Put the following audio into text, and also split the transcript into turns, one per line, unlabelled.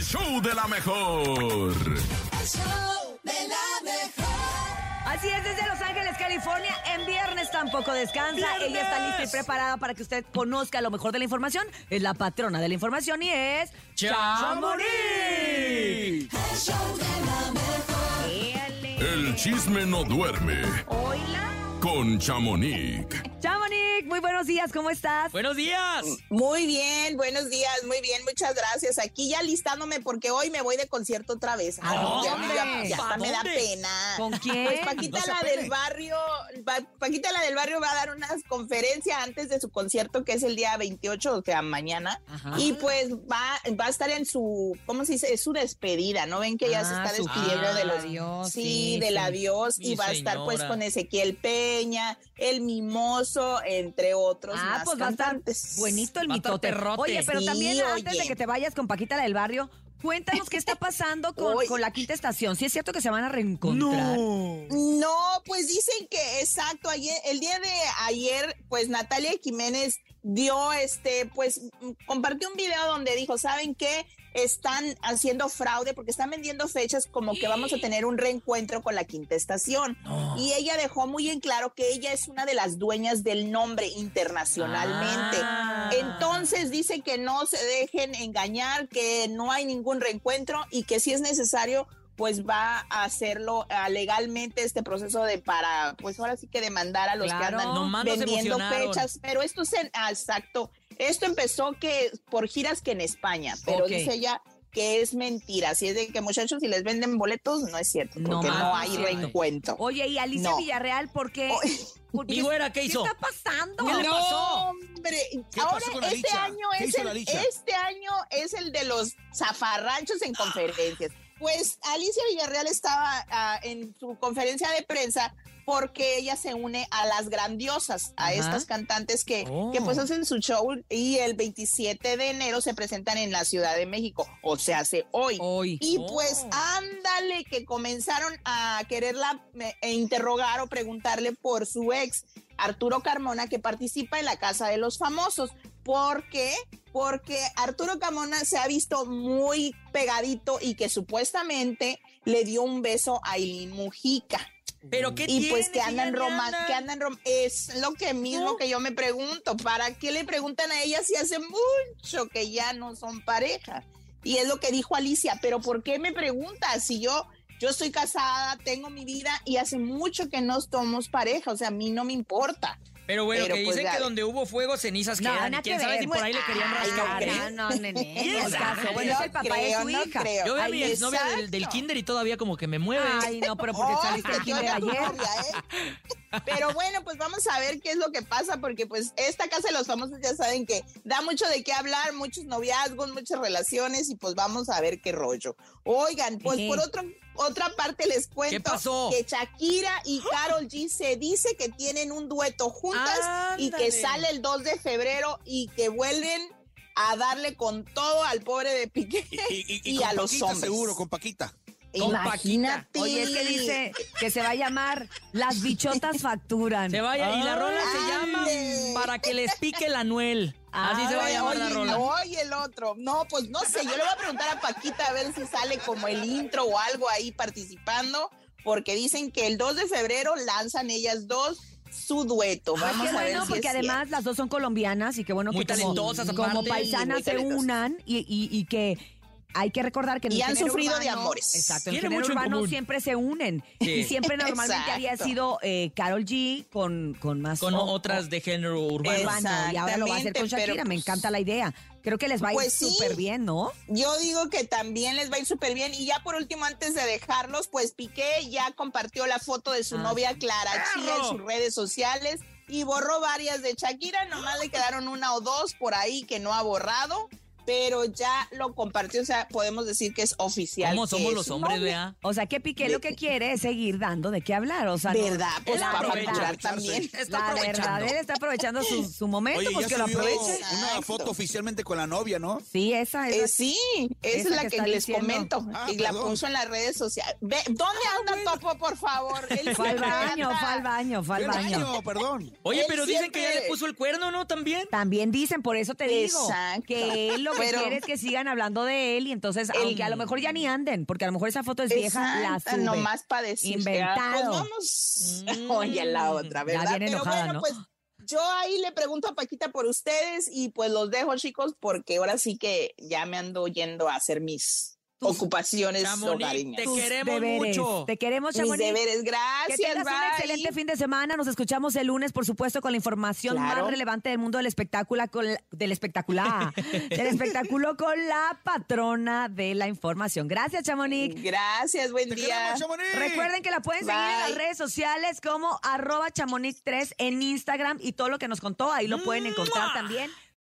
show de la mejor.
El show de la mejor.
Así es, desde Los Ángeles, California, en viernes tampoco descansa. Ella está lista y preparada para que usted conozca lo mejor de la información. Es la patrona de la información y es...
¡Chamonix!
El show de la mejor.
El chisme no duerme
¡Hola!
con Chamonix.
Chamonix, muy buenos días, ¿cómo estás?
Pues,
¡Buenos días!
Muy bien, buenos días, muy bien, muchas gracias. Aquí ya listándome porque hoy me voy de concierto otra vez.
¿A
ya
dónde?
me, ya- ya
¿Pa
hasta me da
dónde?
pena.
¿Con quién?
Pues Paquita
No se
la
apene.
del barrio, Pa- Paquita la del barrio va a dar una conferencia antes de su concierto que es el día 28, o sea, mañana.
Ajá.
Y pues va, va a estar en su, ¿cómo se dice? Es su despedida, ¿no? Ven que ya se
Ah,
está
su
despidiendo de
gala,
los
Dios,
sí,
sí,
de la
sí.
Dios
Mi
y va a estar pues
señora.
con Ezequiel Peña, el Mimoso, entre otros
Ah,
más
pues va a estar
cantantes.
buenito el
Va a estar
mitote.
perrote.
Oye, pero
Sí,
también antes
oye.
de que te vayas con Paquita la del barrio, cuéntanos qué está pasando con,
Oye.
con la quinta estación. Si es cierto que se van a reencontrar.
No, pues dicen que exacto, ayer, el día de ayer, pues Natalia Jiménez dio este, pues mm, compartió un video donde dijo, ¿saben qué? Están haciendo fraude porque están vendiendo fechas como que vamos a tener un reencuentro con la quinta estación. Y ella dejó muy en claro que ella es una de las dueñas del nombre internacionalmente.
Ah.
Entonces dice que no se dejen engañar, que no hay ningún reencuentro y que si es necesario pues va a hacerlo ah, legalmente este proceso de para, pues ahora sí que demandar a los
Claro.
que andan
Nomás nos
vendiendo
emocionaron.
fechas, pero esto es en, ah, exacto, esto empezó que por giras que en España, pero
Ok.
dice ella que es mentira, así es de que muchachos si les venden boletos no es cierto,
No
porque
más,
no,
no es
hay
cierto.
reencuentro.
Oye, y Alicia
No.
Villarreal, ¿por qué?
Oye.
¿Por
¿Y güera qué hizo?
¿Qué está pasando?
¿Qué le
no,
pasó?
hombre,
¿Qué
ahora
pasó con la
este
licha?
año
¿Qué
es
hizo la
el,
licha?
este año es el de los zafarranchos en conferencias. Pues Alicia Villarreal estaba ah, en su conferencia de prensa porque ella se une a las grandiosas, a
Ajá.
estas cantantes que,
Oh.
que pues hacen su show y el 27 de enero se presentan en la Ciudad de México, o se hace hoy.
Hoy.
Y
Oh.
pues ándale que comenzaron a quererla eh, e interrogar o preguntarle por su ex, Arturo Carmona, que participa en la Casa de los Famosos. ¿Por qué? Porque Arturo Carmona se ha visto muy pegadito y que supuestamente le dio un beso a Aileen Mujica.
Oh. ¿Pero qué
Y pues que
tiene si ya
andan
ni
roman, que andan rom- es lo que mismo que yo me pregunto, ¿para qué le preguntan a ella si hace mucho que ya no son pareja? Y es lo que dijo Alicia, pero ¿por qué me preguntas si yo yo estoy casada, tengo mi vida y hace mucho que no somos pareja, o sea, a mí no me importa.
Pero bueno,
Pero
que
pues
dicen
ya
que
ve.
donde hubo fuego, cenizas
No,
quedan.
nada
y ¿Quién
pues que
sabe
ver,
si
pues,
por ahí le querían
Ay,
rascar? eh?
no, no, nene, ni al
Esa,
caso. Bueno, es el papá
creo,
de su
no
hija.
creo.
Yo veo a mi
Ay,
exnovia del,
exacto.
del kinder y todavía como que me mueve.
Ay, no, pero porque
Ay,
saliste del
que yo
kinder
era tu
ayer.
novia, ¿eh? Pero bueno, pues vamos a ver qué es lo que pasa, porque pues esta casa de los famosos ya saben que da mucho de qué hablar, muchos noviazgos, muchas relaciones, y pues vamos a ver qué rollo. Oigan, pues
Ey.
por otro, otra parte les cuento
pasó?
que Shakira y
¡Ah!
Carol G se dice que tienen un dueto juntas y que
Ándale.
sale el 2 de febrero y que vuelven a darle con todo al pobre de Piqué. Y
con
a los
Paquita,
hombres.
Seguro, con Paquita.
Con Paquita.
Imagínate.
Oye, es que dice que se va a llamar Las bichotas facturan.
Se vaya, y la rola se llama
Ande.
Para que les pique la anuel. Así se va a
Ay,
llamar la
Oye,
rola.
oye, el otro. No, pues no sé. Yo le voy a preguntar a Paquita a ver si sale como el intro o algo ahí participando, porque dicen que el 2 de febrero lanzan ellas dos su dueto.
Pues
Vamos
qué
a ver
bueno,
si
porque
es
además las dos son colombianas y qué bueno
Muy
que como,
talentosas,
como
aparte.
paisanas
Muy
se
talentosas.
unan y, y- y que hay que recordar que en
Y
el
han
género
sufrido de
urbano-
amores.
Exacto, en el
Tienen
género
mucho en
urbano
común.
siempre se unen
Sí.
y siempre normalmente había
Exacto.
sido eh, Carol G con, con más
Con
o-
otras de género
urbano,
urbano.
y ahora lo va a hacer con
Exactamente, pero,
Shakira, me
pues,
encanta la idea. Creo que les va a ir
pues, sí.
súper bien, ¿no?
Yo digo que también les va a ir súper bien. Y ya por último, antes de dejarlos, pues Piqué ya compartió la foto de su
Ah,
novia Clara Chía en
¡Perro!
sus redes sociales y borró varias de Shakira. Nomás le quedaron una o dos por ahí que no ha borrado, pero ya lo compartió. O sea, podemos decir que es oficial.
¿Cómo
que
somos
es
los
su
hombres,
novia.
vea?
O sea, que Piqué lo que quiere es seguir dando de qué hablar, o sea, Ah, no-
¿Verdad? Pues
La
para
verdad.
facturar también.
la verdad, él está aprovechando su, su momento,
Oye,
pues
ya
que lo
subió
aproveche.
una
Exacto.
foto oficialmente con la novia, ¿no?
Sí, esa
Eh,
es.
sí, es
Esa
la
que
que,
está
les
diciendo.
comento
Ah,
y la
perdón.
puso en las redes sociales. Ve, ¿Dónde anda Topo, por favor? Él
Fue al
siempre
baño,
anda-
fue al baño, fue al
El
baño.
año, perdón.
Oye,
Él
pero dicen que ya
siempre-
le puso el cuerno, ¿no? También.
También dicen, por eso te digo,
Exacto.
que él lo que
pero-
quiere es que sigan hablando de él y entonces,
El-
aunque a lo mejor ya ni anden, porque a lo mejor esa foto es vieja, la
Exacto,
sube.
nomás para decir. Pues
Inventado.
vamos.
Mm.
Oye, la otra,
Ya
¿verdad?
viene enojada, ¿no?
pues yo ahí le pregunto a Paquita por ustedes y pues los dejo, chicos, porque ahora sí que ya me ando yendo a hacer mis ocupaciones
Chamonix,
hogareñas.
te
Mis
Tus
queremos mucho.
Te queremos, Chamonix.
deberes,
Que
gracias.
tengas un
bye.
excelente fin de semana. Nos escuchamos el lunes, por supuesto, con la información
Claro.
más relevante del mundo del espectáculo, con la- del espectacular, del espectáculo con la patrona de la información. Gracias, Chamonix.
Gracias, buen
¡Te
día.
queremos, Chamonix!
Recuerden que la pueden seguir en las
Bye.
redes sociales como arroba chamonix3 en Instagram y todo lo que nos contó ahí lo pueden encontrar también